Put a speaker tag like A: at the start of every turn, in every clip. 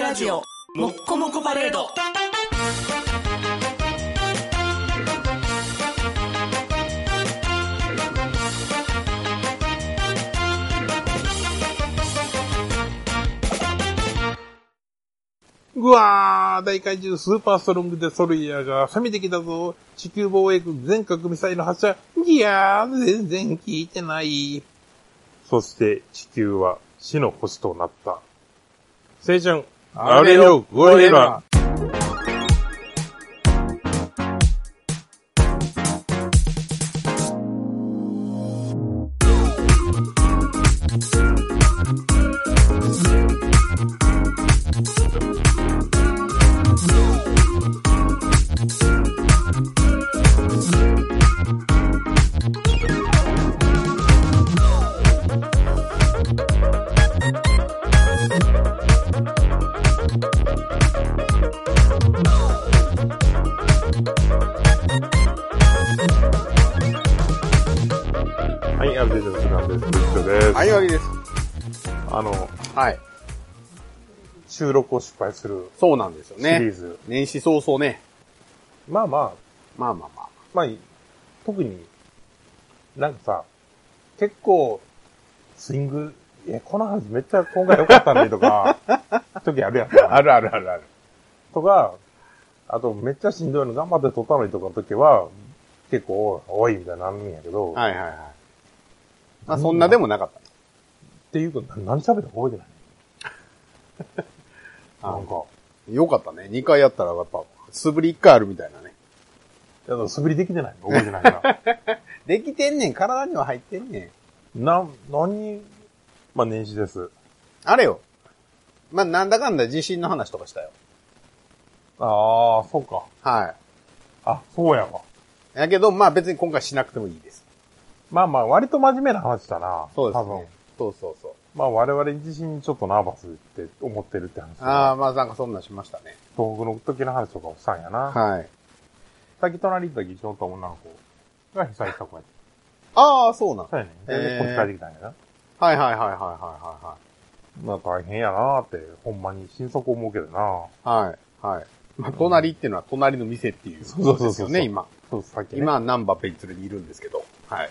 A: ラジオもっこもこパレード
B: うわー、大怪獣スーパーストロングでソルイヤーが攻めてきたぞ。地球防衛軍全核ミサイル発射。いやー、全然効いてない。そして地球は死の星となった。青春、あれよ、ゴリラ。はい、ある程度の時間です。ブッチョです。
C: はい、わけです。
B: あの、
C: はい。
B: 収録を失敗する
C: そうなんですよ
B: シリー
C: ね。
B: ズ。
C: 年始早々ね。
B: まあまあ、
C: まあまあまあ。
B: まあ、特に、なんかさ、結構、スイング、え、この話めっちゃ今回良かったねと か、時あるやんか。
C: るあるあるある。
B: とか、あとめっちゃしんどいの頑張って撮ったのにとかの時は、結構、おい、みたいになるんやけど、っ
C: はいはいはい。まあそんなでもなかった。
B: ていうか、な何喋ったか覚えてない。
C: あ
B: なんか、
C: よかったね。2回やったらやっぱ、素振り1回あるみたいなね。
B: いやだから素振りできてないの覚えてない から。
C: できてんねん。体には入ってんねん。
B: な、何、まあ年始です。
C: あれよ。まあなんだかんだ地震の話とかしたよ。
B: ああ、そうか。
C: は
B: あ、そうやわ。
C: い。やけど、まあ別に今回しなくてもいいです。
B: まあまあ、割と真面目な話だな。
C: そうです
B: 多分
C: ね。。そうそうそう。
B: まあ我々自身ちょっとナーバスって思ってるって話。
C: ああ、まあなんかそんなんしましたね。
B: 東北の時の話とかをしたんやな。
C: はい。
B: さっき隣にいた時ちょっと女の子が被災した子やっ
C: ああ、そうなん。
B: た。そうやね。で、
C: へー
B: こっち帰ってきたんやな。
C: はいはいはいはいはいはい。
B: まあ大変やなーって、ほんまに心底思うけどな
C: はい。はい。まあ、隣っていうのは隣の店っていう
B: そうそうそう
C: ことですよね、今。
B: そう、さっき、ね。
C: 今、ナンバーペイツルにいるんですけど。はい。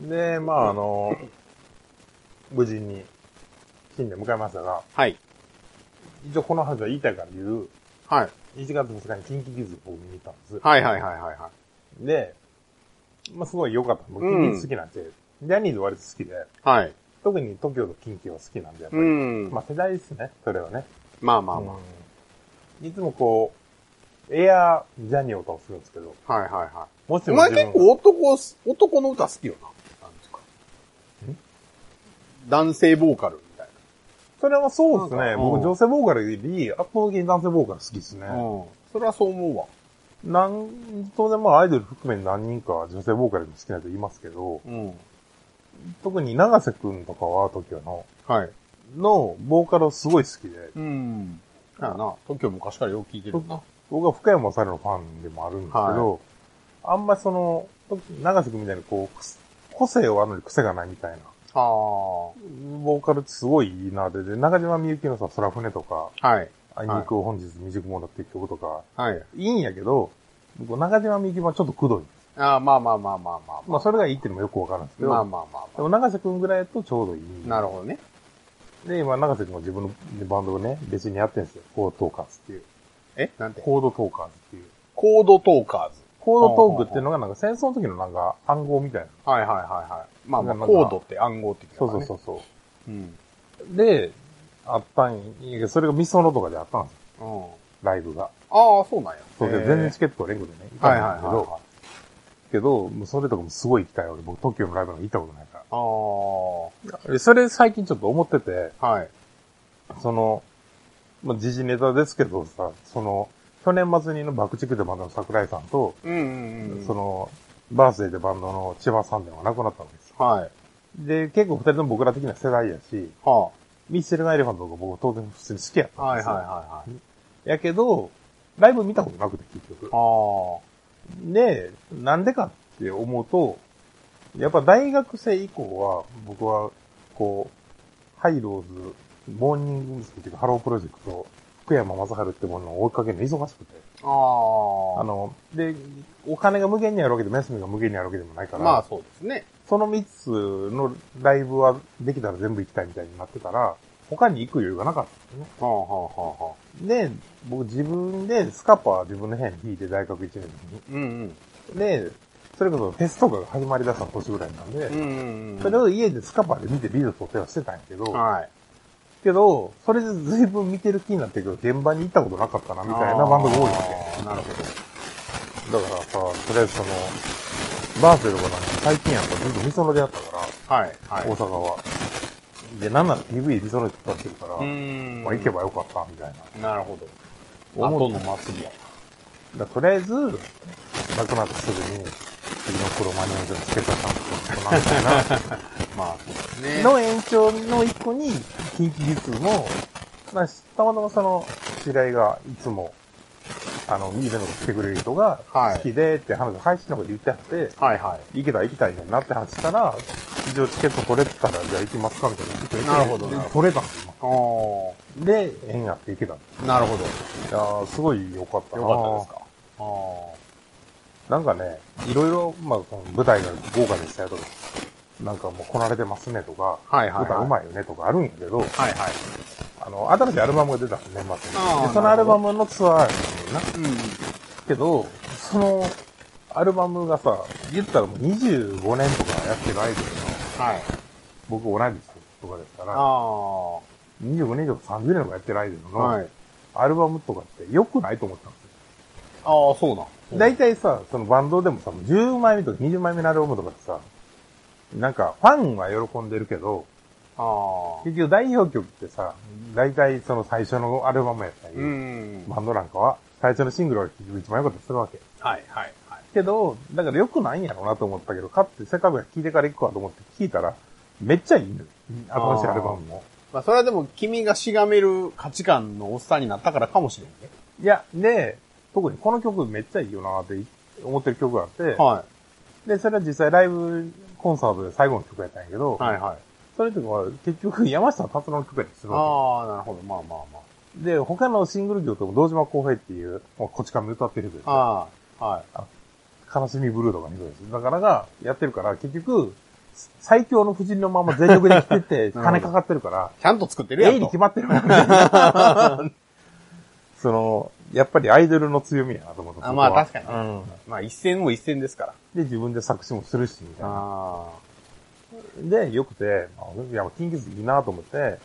B: で、まああの、無事に、新年迎えましたが、
C: はい。
B: 一応この話は言いたいから言う、
C: はい。
B: 1月2日に近畿技術を見に行ったんです。
C: はいはいはいはいはい。
B: で、まあすごい良かった。僕、近畿好きなんで、ジャニーズ割と好きで、
C: はい。
B: 特に東京と近畿は好きなんで、やっぱ
C: う
B: り。
C: ん。ま
B: まあ世代ですね、それはね。
C: あまあま
B: うんいつもこう、エアージャニーを倒するんですけど、
C: あ。はいはいは
B: もし
C: い。お
B: も
C: 前
B: 自
C: 結
B: 分
C: 構男す、男の歌好きよな。なんていうか
B: ん
C: 男性ボーカルみたい
B: それはそうです
C: なん
B: ね。
C: か
B: 僕
C: うん
B: 女性ボーカルより圧倒的に男性ボーカル好きですね
C: な。。うん。それはそう思うわ。
B: なん、当然まあアイドル含め何人か女性ボーカルも好きな人いますけど、
C: うん。
B: 特に長瀬くんとかは TOKIO の、
C: はい。
B: のボーカルすごい好きで、
C: うん。だよな。東京昔からよく聞いてるな。
B: 僕は福山雅治のファンでもあるんですけど、あんまりその、長瀬くんみたいにこう、くす個性はあるのに癖がないみたいな。
C: ああ。は
B: ボーカルってすごいいいなで、で、中島みゆきのさ、空船とか、
C: い。
B: あいに行く本日未熟者っていう曲とか、
C: はい。
B: いいんやけど、僕中島みゆきはちょっとくどい。
C: ああ、まあまあまあまあまあま
B: まあ、それがいいっていうのもよくわかるんです
C: あ。
B: けど、
C: まあまあまあ
B: でも長瀬くんぐらいだとちょうどいい。
C: なるほどね。
B: で、今長瀬くんは自分のバンドをね、別にやってるんですよ。コードトーカーズっていう。
C: えなんて
B: コードトーカーズっていう。
C: コードトーカーズ。
B: コードトークっていうのがなんか戦争の時のなんか暗号みたいな。
C: はいはいはいはい。まあまあ、
B: なんか
C: コードって暗号的な、ね。。
B: そうそうそうそう
C: うん。
B: う。で、あったんやけど、それがミソノとかであったんですよ。
C: うん。
B: ライブが。
C: ああ、そうなんや。
B: そうで、
C: へー
B: 全然チケットレングでね、行
C: はい
B: か
C: は
B: ないい
C: は
B: んです
C: い
B: け
C: はい。
B: ど、けど、もうそれとかもすごい行きたいわけ。僕、東京のライブなんか行ったことないか
C: ああ、は
B: ら。でそれ最近ちょっと思ってて、
C: い。
B: その、まあ、時事ネタですけどさ、その、去年末にの爆竹でバンドの桜井さんと、
C: うんうんうん。
B: そ、の、バースデーでバンドの千葉さんでは亡くなったわけですよ。
C: はい。
B: で、結構二人とも僕ら的な世代やし、
C: は
B: ミステルガイレファントとか僕当然普通に好きやっ
C: あ。
B: たん
C: は
B: で
C: いはい
B: すよ。
C: はいはい。
B: やけど、ライブ見たことなくて結局。
C: ああ。
B: で、なんでかって思うと、やっぱ大学生以降は、僕は、こう、ハイローズ、モーニング娘。っていうか、ハロープロジェクト、福山雅治ってものを追いかけるの忙しくて。
C: ああ。
B: あの、で、お金が無限にあるわけでも、休みが無限にあるわけでもないから、
C: まあそうですね。
B: その3つのライブはできたら全部行きたいみたいになってたら、他に行く余裕がなかったんで
C: はあ、はあはあはあ、
B: すね。で、僕自分でスカパー自分の部屋に引いて大学1年の
C: うんうん。
B: 時に。で、それこそフェスとかが始まりだした年ぐらいなんで、
C: うんうんうん。
B: それを家でスカパーで見てビール撮影はしてたんやけど、
C: はい。
B: けど、それで随分見てる気になってるけど、現場に行ったことなかったな、みたいなバンドが多いわ
C: あーなるほど。
B: け。だからさ、とりあえずその、バースデーとかなんか最近やっぱずっとミソノでやったから、
C: はい、はい。
B: 大阪は。で、なんなら PV ミソノで撮ってるから、
C: うーん。
B: まあ行けばよかった、みたいな。
C: なるほど。
B: 思
C: 後
B: う
C: の祭りや。
B: だからとりあえず、亡くなってすぐに、次の黒マニアムでスケッタさんとかなんみたいな、
C: まあ、そうです ね。
B: の延長の一個に、近畿実も、まあ、たまたまその、知り合いがいつも、あの、イベントに来てくれる人が、
C: はい
B: 好きでって話、配信の方で言ってあって、
C: はいは
B: 行けたら行きたいねんなって話したら、一応チケット取れてたら、じゃあ行きますかみたいな言ってくれて。
C: なるほど
B: で
C: なるほ
B: 取れたんですよ。
C: い。お
B: で、縁あって行けたんで
C: ー。なるほど。よ
B: す。いやーすごい良かったな
C: かったですか。お
B: なんかね、いろいろ、まあ、その舞台が豪華でしたよとか、なんかもうこなれてますねとか、
C: はいはいはい
B: 歌うまいよねとかあるんやけど、
C: ー。はいはい。
B: あの、新しいアルバムが出たんです年末
C: あ
B: に。
C: ー
B: で、そのアルバムのツアーやねんな。
C: うん。
B: けど、その、アルバムがさ、言ったらもう25年とかやってるアイドルの、
C: はい。
B: 僕同い年とかですから、
C: あ
B: 25年以上30年とかやってるアイドル
C: ー。はい
B: の、。アルバムとかって良くないと思ったんですよ。
C: ああ、そうなん。
B: 大体さ、そのバンドでもさ、10枚目とか20枚目のアルバムとかってさ、なんか、ファンは喜んでるけど、
C: ああ。
B: 結局代表曲ってさ、大体その最初のアルバムやったり、
C: うん。
B: バンドなんかは、最初のシングルが結局一番良かったりするわけ。
C: はいはいはい。
B: けど、だから良くないんやろうなと思ったけど、かってせっかくや聞いてから行くわと思って聞いたら、めっちゃいいのよ。新しいアルバムも。
C: まあ、それはでも君がしがめる価値観のおっさんになったからかもしれんね。
B: いや、で、特にこの曲めっちゃいいよなって思ってる曲があって、
C: は
B: で、それは実際ライブコンサートで最後の曲やったんやけど、
C: い。はいはい。
B: それとかは結局山下達郎の曲やったりするわ
C: ああ、なるほど。まあまあま
B: け。で、他のシングル曲とも堂島公平っていう、まあこっち亀歌ってるけど、
C: あ。ああ。はい。
B: 悲しみブルーとかにそうです。だからが、やってるから、結局、最強の夫人のまま全力で来 てて、
C: ほど
B: 金かかってるから、
C: ちゃんと作ってるや
B: ええ
C: ん
B: に
C: と
B: 決。まってるわ その、やっぱりアイドルの強みやなと思った。
C: あまあ
B: 僕は
C: 確かに
B: うん。
C: まあ一戦も一戦ですから。
B: で、自分で作詞もするし、みたいな。
C: あ
B: で、よくて、あいや、近畿いいなと思って、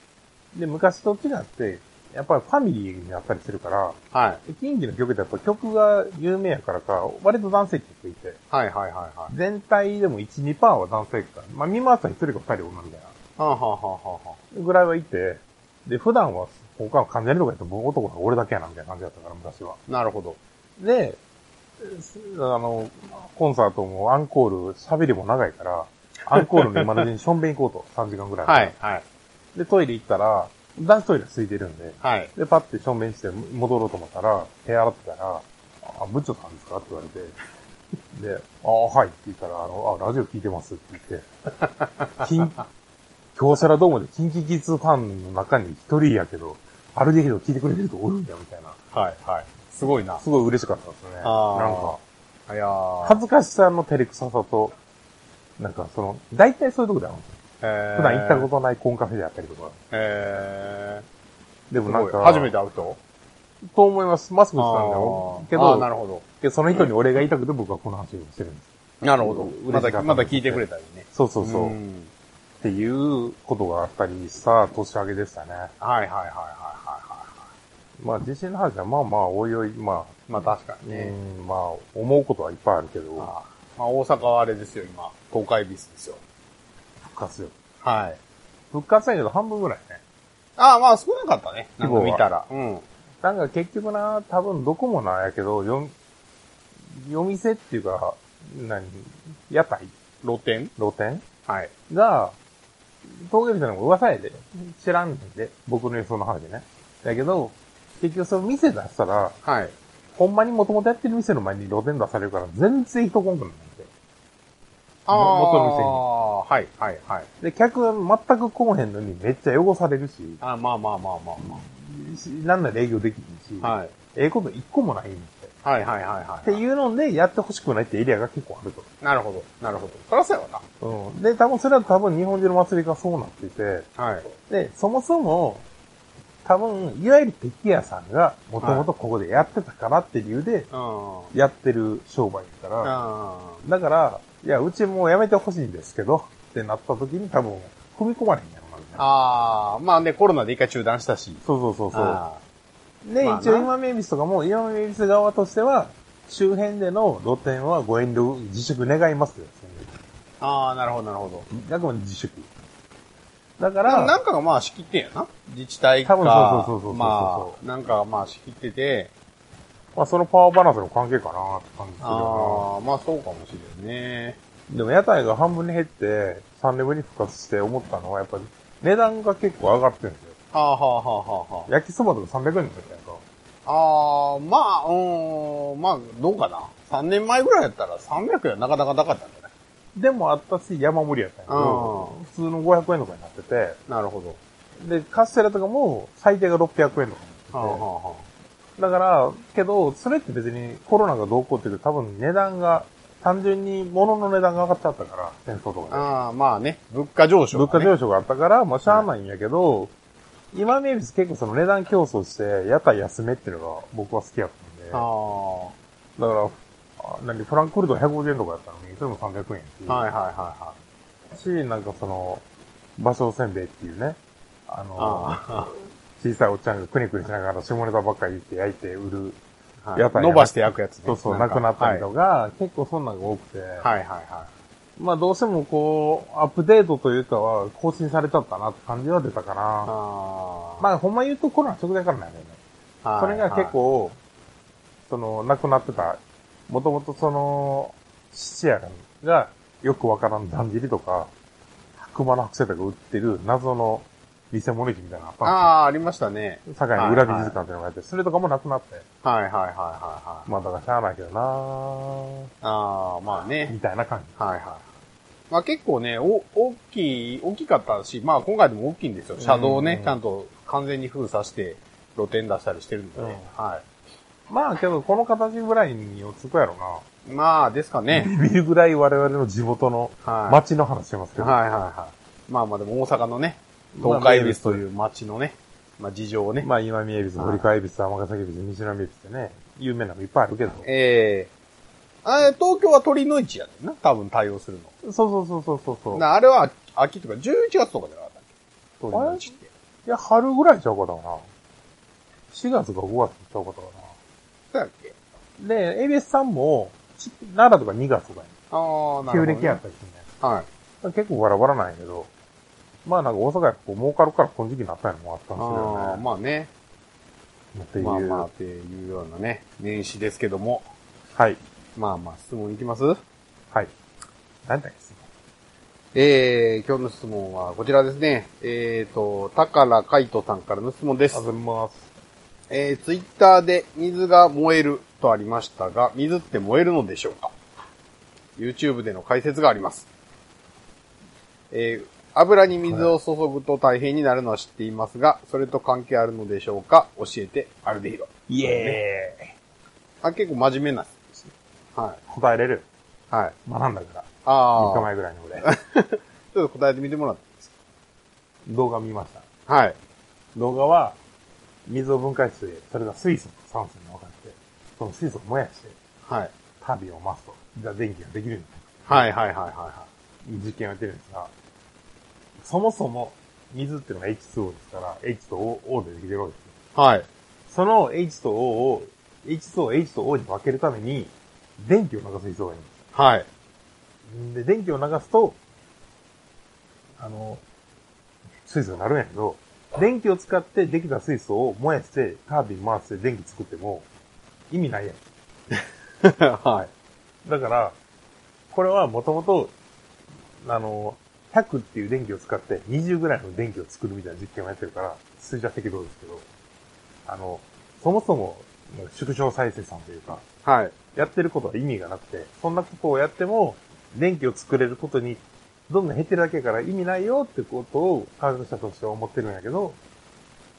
B: で、昔と違って、やっぱりファミリーになったりするから、
C: あ。はい。
B: 近畿の曲ってやっぱ曲が有名やからか、割と男性曲いて、
C: はいはいはいはい。
B: 全体でも1、2%は男性か。まあ、見回したら1人か2人女みたい
C: はあはあはあはあは
B: な。ぐらいはいて、で、普段は他の関ジャニとかやっても男が俺だけやなみたいな感じだったから、昔は。
C: あ。なるほど。
B: で、すあの、コンサートもアンコール、喋りも長いから、アンコールの今のうちにしょんべん行こうと、3時間ぐらい。
C: はい。はい。
B: で、トイレ行ったら、男子トイレ空いてるんで、
C: はい。
B: で、パッてしょんべんして戻ろうと思ったら、部屋洗ってたら、あ、部長さんですかって言われて、で、あ、はいって言ったら、あの、あ、ラジオ聞いてますって言って、金、京セラドームでキンキキッズファンの中に一人やけど、アルデヒド聞いてくれてる人おるんだよみたいな。
C: はい。はい。すごいな。
B: すごい嬉しかったですね。なん
C: あー
B: か、
C: いやー
B: 恥ずかしさの照れくささと、なんかその、大体そういうとこであるんですよ。普
C: 普。
B: 段行ったこととないコンカフェであったりとか。
C: え
B: で
C: ー、
B: も
C: す
B: な
C: ご
B: ん
C: い
B: か、
C: 初めて会う人
B: と思います。マスクしてたんだ
C: あ
B: よ
C: ー。
B: け
C: あ
B: ど
C: ー、なるほど。
B: でその人に俺が言いたくて僕はこの話をしてるんです。
C: なるほど。
B: うん嬉
C: ま
B: しかった
C: た、また聞いてくれたりね。
B: そうそうそう。っ
C: ん
B: ていうことがあったりした年上げでしたね。
C: はいはいはいはいは
B: まあ地震の話はまあまあおいおい、ま
C: い。まあ確か
B: あ、
C: にね。
B: うんまあ思うことはいっぱいあるけど、
C: あーまあ大阪はあれですよ、今。東海ビスですよ。
B: 復活よ。
C: はい。
B: 復活やけど半分ぐらいね。
C: ああ、まあ少なかったね。なん
B: 規
C: か
B: 模は
C: 見たら。うん。
B: なんか結局な、多分どこもなんやけど、よ夜店っていうか、何屋台
C: 露店
B: 露店
C: はい。
B: が、峠みたいなのも噂やで。知らんねんで。僕の予想の話ね。だけど、結局その店出したら、
C: はい。
B: ほんまにもともとやってる店の前に露店出されるから、全然人来んくなるんで。
C: ああ。
B: 元の店に
C: はいはいはい。
B: で、客が全く来おへんのにめっちゃ汚されるし、
C: あまあまあまあまあま
B: なんなら営業できひんし、
C: はい。
B: ええこと一個もないんって。
C: はいはいはいは
B: っ
C: い。
B: ていうので、やってほしくないってエリアが結構あると。
C: なるほど。なるほど。そらそうやわ
B: うん。で、多分それは多分日本中の祭りがそうなっていて、
C: な。はい。
B: で、そもそも、多分、いわゆる敵屋さんが、もともとここでやってたからって理由で、
C: うん。
B: やってる商売だから、
C: あ
B: だから、いや、うちもうやめてほしいんですけど、ってなった時に多分、踏み込まれへんやろな、みたいな。
C: あー。まあね、コロナで一回中断したし。
B: そうそうそうそう。
C: あ
B: で、
C: まあな
B: 一応今名物とかも、今名物側としては、周辺での露店はご遠慮、自粛願いますよ。
C: ーあー、なるほどなるほど。
B: あくまで自粛。だか
C: な
B: ら、
C: なんかがまあ仕切ってんやな。自治体か、
B: 多分そうそうそうそうそうそう
C: まあ、なんかがまあ仕切ってて、
B: まあ、そのパワーバランスの関係かなって感じするよ
C: ああ、まあそうかもしれんね。
B: な。でも屋台が半分に減って、3年ぶりに復活して思ったのは、やっぱり値段が結構上がってるんですよ。
C: はあはあはあは
B: 焼きそばとか300円だったやんか。
C: あはあ。ああ、まあ、うーん、まあどうかな。3年前ぐらいやったら300円なかなかなかったんじゃない
B: でもあったし、山盛りやったんやけど、普通の500円とかになってて、
C: なるほど。
B: で、カステラとかも最低が600円とかに
C: はあ
B: な
C: は
B: ってて、
C: あは
B: だから、けど、それって別にコロナがどうこうっていうより多分値段が、単純に物の値段が上がっちゃったから、戦争とか
C: あ。
B: で。
C: ああ、まあね、物価上昇、ね。
B: 物価上昇があったから、まあしゃあないんやけど、今名物結構その値段競争して、屋台安めっていうのが僕は好きやったんで、だか
C: あ
B: ら、あ何、フランクフルト150円とかやったのに、それも300円やし、
C: あ、はいはいはいはい。
B: し、なんかその、芭蕉せんべいっていうね、あの、
C: あ
B: 小さいおっちゃんがくねくねしながら下ネタばっかり言って焼いて売る、
C: あ、
B: やっぱり
C: 伸ばして焼くやつね。
B: そうそう、
C: な
B: なん
C: か
B: くなったり
C: は
B: と
C: い
B: か、結構そんなのが多くて、
C: はいはいは
B: まあどうしてもこう、アップデートというかは更新されちゃったなって感じは出たか
C: い。
B: な。
C: ああ。
B: まあほんま言うとコロナ直前からなんだよね。
C: あ
B: それが結、構、その、亡くなってた、もともとその、質屋が、よくわからんだんじりとか、白馬の白星とか売ってる謎の偽物市みたいなのあったんで
C: あ
B: すよ
C: あ、ありましたね。
B: 堺の裏美術館っていうのがあって、それとかもなくなって、
C: はいはいはいはいはい。
B: まあだからしゃあないけどなぁ
C: ああ、まあね。
B: みたいな感じ。
C: はいはい。まあ結構ね、お、大きい、大きかったし、まあ今回でも大きいんですよ。車道を
B: うんうん
C: ね
B: う、ん
C: ちゃんと完全に封鎖して、露店出したりしてるんでね。は。
B: まあけど、この形ぐらいに落ち着くやろない
C: まあ、ですかね。。
B: ビビるぐらい我々の地元の
C: はい。
B: 街の話してますけど、
C: はいはいはい。まあまあでも大阪のね、
B: まあ
C: 東海ビスという町のね、まあ事情をね。
B: まあ今宮恵比寿、堀川恵比寿、天崎恵比寿、西宮恵比寿ってね、有名なのいっぱいあるけど。
C: ええあれ東京は鳥の市やねんな。多分対応する
B: そうそうそうそうそうそ
C: の。
B: う。
C: なあれは秋とか、11月とかじゃなかったっけ鳥の市って。
B: いや、春ぐらいちゃうかったかな。4月か5月ちゃうかったか
C: そうやっけ
B: な。で、エビスさんも、ち奈良とか2月とかに、
C: ああ、な
B: 旧
C: るほど、ね。
B: 暦やったりするね。
C: はい。
B: 結構バラバラなんやけど、まあなんか大阪やっぱこう儲かるからこの時期になったんやのもあったんです
C: ああ、
B: よね。
C: まあね。
B: っていう、
C: まあまあ、っていうようなね、年始ですけども。
B: はい。
C: まあまあ、質問いきます
B: はい。なんだっけす
C: えー、今日の質問はこちらですね。えーと、高良海人さんからの質問です
B: あ。ざます。
C: えー、ツイッターで水が燃えるとありましたが、水って燃えるのでしょうか ?YouTube での解説があります。えー、油に水を注ぐと大変になるのは知っていますが、それと関係あるのでしょうか教えて、アルデヒド。
B: イエーイ。
C: あ、結構真面目な質問ですね。は
B: 答えれる。
C: い。はい。
B: 学んだから。
C: あ
B: 3日
C: あ。
B: 前ぐらいに 俺。
C: ちょっと答えてみてもらっていいです
B: 動画見ました。
C: かはい。
B: 動画は、水を分解して、それが水素と酸素に分かれて、その水素を燃やして、
C: はい。
B: タービンを回すと、じゃあ電気ができるんだ
C: はいはいはいはいは
B: 実験をやってるんですが、そもそも、水っていうのが H2O ですから、H と O, O でできてるわけですよ。
C: い。はい。
B: その H と O を、H と H と O に分けるために、電気を流す必要がいる
C: はい。
B: んです。で、電気を流すと、あの、水素になるんやけど、電気を使ってできた水素を燃やして、タービン回して電気作っても、意味ないやん。
C: は
B: だから、これはもともと、あの、100っていう電気を使って20ぐらいの電気を作るみたいな実験をやってるから、数字は適当ですけど、あの、そもそも縮小再生産というか、
C: い。はい。
B: やってることは意味がなくて、そんなことをやっても、電気を作れることに、どんどん減ってるだけやから意味ないよってことを科学者としては思ってるんやけど、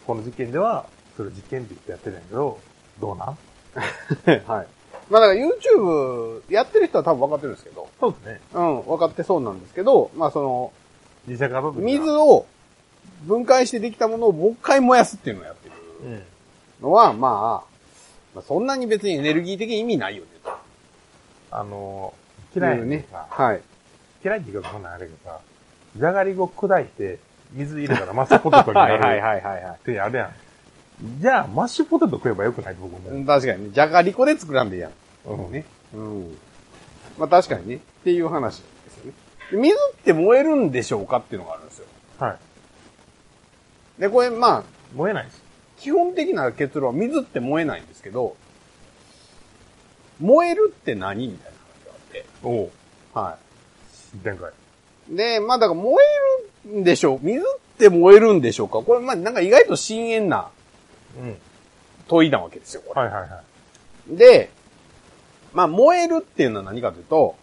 B: この実験では、それ実験って言ってやってたんやけど、どうなん
C: はい。まあだから YouTube やってる人は多分分かってるんですけど、
B: そうですね。
C: うん、分かってそうなんですけど、まあその、
B: 自社化の時
C: 水を分解してできたものをもう一回燃やすっていうのをやってる
B: うん。
C: のは、まあ、まあ、そんなに別にエネルギー的に意味ないよね、と。
B: あのー、嫌い
C: いう
B: な
C: ね
B: ね。。
C: はい。
B: 嫌いって言うかそんなんあれやけどさ、じゃがりこ砕いて、水入れたらマッシュポテトになる
C: はいはいは
B: ってあるやん。じゃあ、マッシュポテト食えばよくないと僕
C: う
B: 思
C: ん確かにね。じゃがりこで作らんでいいやん。
B: う。うん。ね。
C: うん。まあ確かにね。っていう話ですよね。で水って燃えるんでしょうかっていうのがあるんですよ。
B: はい。
C: で、これまあ、
B: 燃えないし。
C: 基本的な結論は水って燃えないんですけど、燃えるって何みたいな話があって。
B: おう。
C: は
B: 前回。
C: い。で、まあだから燃えるんでしょう。水って燃えるんでしょうかこれまあなんか意外と深遠な
B: うん。
C: 問いなわけですよ、これ。
B: はいはいはい。
C: で、まあ燃えるっていうのは何かというと、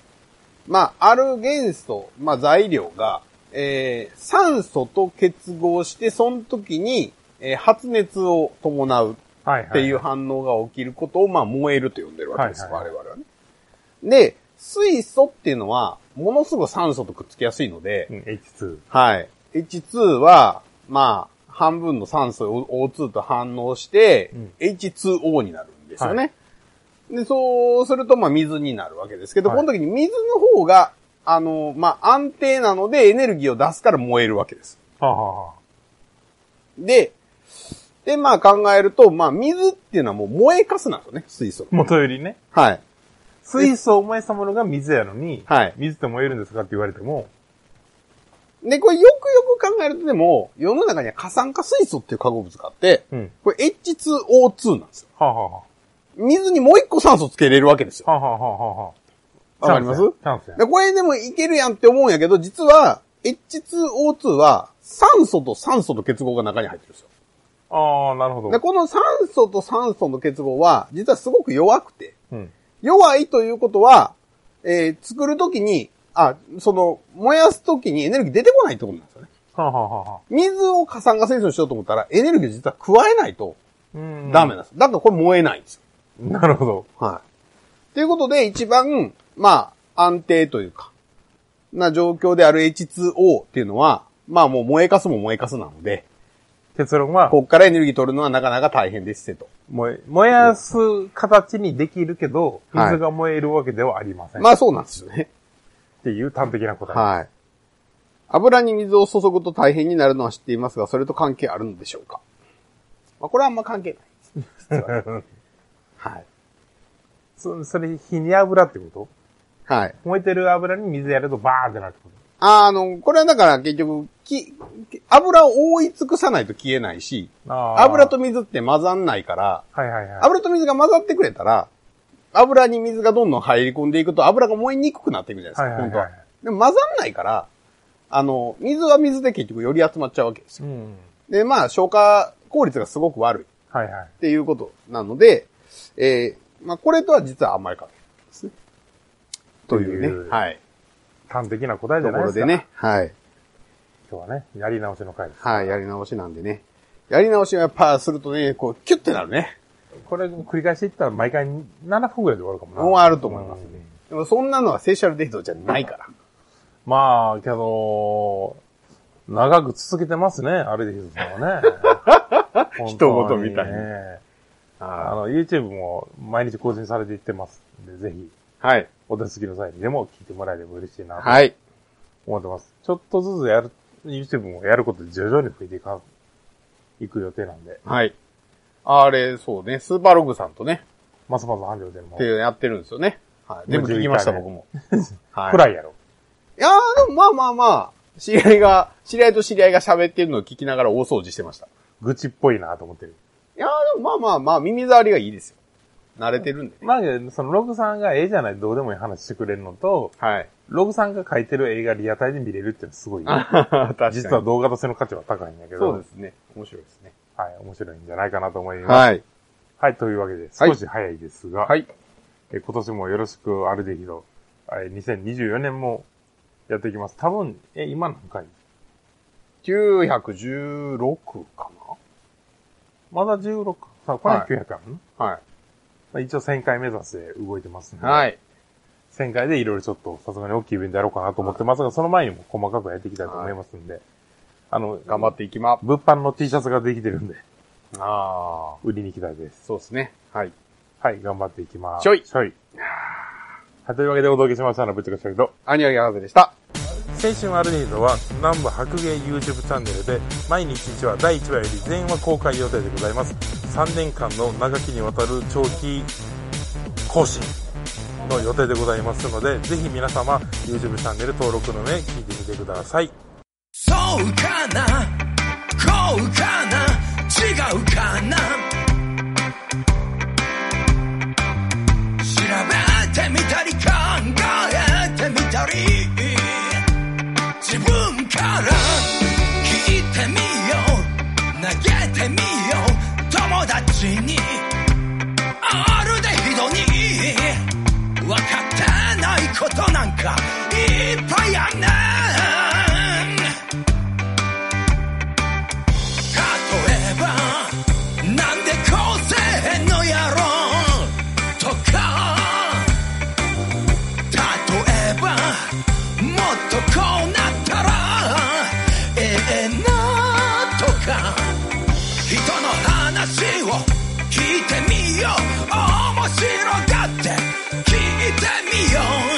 C: まあある元素、まあ材料が、えー、酸素と結合して、その時に、えー発熱を伴う
B: はいはい。
C: っていう反応が起きることを、まあ、燃えると呼んでるわけですよ、
B: はいはい
C: 我々はね。で、水素っていうのは、ものすごい酸素とくっつきやすいので、
B: うん、H2。
C: はい。H2 は、まあ、半分の酸素を O2 と反応して、
B: うん
C: H2O になるんですよね。で、そうすると、まあ、水になるわけですけど、
B: はい
C: この時に水の方が、あの、まあ、安定なのでエネルギーを出すから燃えるわけです。
B: はあ、はあは
C: で、で、まあ考えると、まあ水っていうのはもう燃えかすなんですよね、水素。
B: あ、元よりね。
C: はい。
B: 水素を燃やしたものが水やのに、
C: はい
B: 水って燃えるんですかって言われても、
C: で、これよくよく考えるとでも、世の中には過酸化水素っていう化合物があって、
B: うん。
C: これ H2O2 なんですよ。
B: はあ、は
C: 水にもう一個酸素つけれるわけですよ。
B: あ、はあ、はあはあはあ。
C: わかります
B: チャンスや。
C: で、これでもいけるやんって思うんやけど、実は H2O2 は酸素と酸素と結合が中に入ってるんですよ。
B: ああ、なるほど。
C: で、この酸素と酸素の結合は、実はすごく弱くて、
B: うん。
C: 弱いということは、えー作るときに、あ、その、燃やすときにエネルギー出てこないってことなんですよね。
B: はあ、はあはあはあ、
C: 水を過酸化水素にしようと思ったら、エネルギーを実は加えないと
B: うん
C: ダメなんです。だからこれ燃えないんですよ。
B: なるほど。
C: はい。ということで、一番、まあ、安定というか、な状況である H2O っていうのは、まあもう燃えかすも燃えかすなので、
B: 結論は、
C: こっからエネルギー取るのはなかなか大変ですせと。
B: 燃え燃やす形にできるけど、
C: はい
B: 水が燃えるわけではありません。
C: まあそうなんですよね。
B: っていう端的な答え。
C: はい。油に水を注ぐと大変になるのは知っていますが、それと関係あるのでしょうかまあ、これはあんま関係ないです。実ははい。
B: そそれ、火に油ってこと
C: はい。
B: 燃えてる油に水やるとバーンってなるってこ
C: あの、これはだから結局、き、油を覆い尽くさないと消えないし、
B: とあー
C: 油と。水って混ざんないから、
B: はいはいはい。
C: 油と水が混ざってくれたら、油に水がどんどん入り込んでいくと油が燃えにくくなっていくじゃないですか、
B: はいはいはい
C: 本当は。でも混ざんないから、あの、水は水で結局より集まっちゃうわけですよ。
B: うん。
C: で、まあ、消化効率がすごく悪い。
B: はいはい
C: っ。ていうことなので、えー、まあ、これとは実はあんまり関係ないですね。というね、
B: という
C: はい。
B: 端的な答えじ
C: と
B: ゃ
C: こ
B: ないです
C: ろ
B: か。
C: でね、はい。
B: 今日はね、やり直しの回です。
C: はい、やり直しなんでね。やり直しはやっぱするとね、こう、キュッてなるね。
B: これ繰り返していったら毎回7分ぐらいで終わるかもな。
C: もうあると思いますね
B: うん
C: でもそんなのはセシャルデートじゃないから。
B: まあ、けど、長く続けてますね、あれでひずさんはね。
C: 一言みたい
B: 本
C: に
B: 当ねあの、YouTube も毎日更新されていってますんで、ぜひ、
C: はい。
B: お手続きの際にでも聞いてもらえれば嬉しいなと
C: はい。
B: 思ってます。ちょっとずつやる、YouTube もやることで徐々に増えていか、いく予定なんで、
C: はい。あれ、そうね、スーパーログさんとね、
B: ますます繁盛でも
C: って、いうのやってるんですよね。はい。全部聞きました、僕 も。は
B: くらいやろ。
C: いやー、でもまあまあまあ、知り合いが、知り合いと知り合いが喋ってるのを聞きながら大掃除してました。
B: 愚痴っぽいなと思ってる。
C: いやー、でもまあまあまあ、耳障りがいいですよ。慣れてるんでね。
B: まあ、そのログさんがええじゃない、どうでもいい話してくれるのと、
C: はい。
B: ログさんが書いてる映画リアタイで見れるっていうのはすごい、
C: 確かに。
B: 実は動画としての価値は高いんだけど、
C: そうですね。面白いですね。
B: はい、面白いんじゃないかなと思います。はい、
C: はい。
B: というわけで、
C: はい
B: 少し早いですが、
C: はい。
B: え今年もよろしくあるでひど、え2024年もやっていきます。多分、え、今何回
C: 916かな
B: まだ16、さあ、これ
C: は
B: 900
C: い
B: やん、
C: は
B: まあ一応1000回目指して動いてますん
C: い。
B: で。
C: はい。
B: 1000回でいろいろちょっと、さすがに大きいイベントやろうかなと思ってますが、その前にも細かくやっていきたいと思いますんで。あの、
C: 頑張っていきま。
B: 物販の T シャツができてるんで、
C: ああ。
B: 売りに行きたいです。
C: そうですね。はい。
B: はい、頑張っていきます。
C: ちょい
B: ちょい。はい、というわけでお届けしましたのは、ぶっちゃけしゃけど。
C: アニアギハゼでした。
B: 青春アルディードは南部白芸 YouTube チャンネルで毎日1話第1話より全話公開予定でございます3年間の長きにわたる長期更新の予定でございますのでぜひ皆様 YouTube チャンネル登録の上聞いてみてください
A: そうかなこうかな違うかな調べてみたり考えてみたり自分から聞いてみよう投げてみよう友達にあるでひどに分かってないことなんかいっぱいあんねん例えばなんでこうせえへんのやろとか例えばもっとこうなったらええなとか人の話を聞いてみよう面白がって聞いてみよう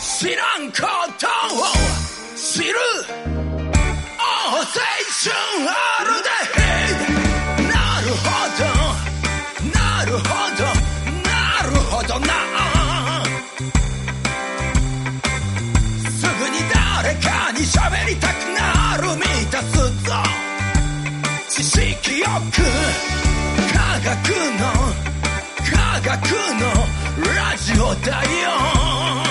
A: 知らんことを知る青春あるでなるほどなるほどなるほどなすぐに誰かに喋りたくなる満たすぞ知識よく科学の科学のラジオだよ Oh,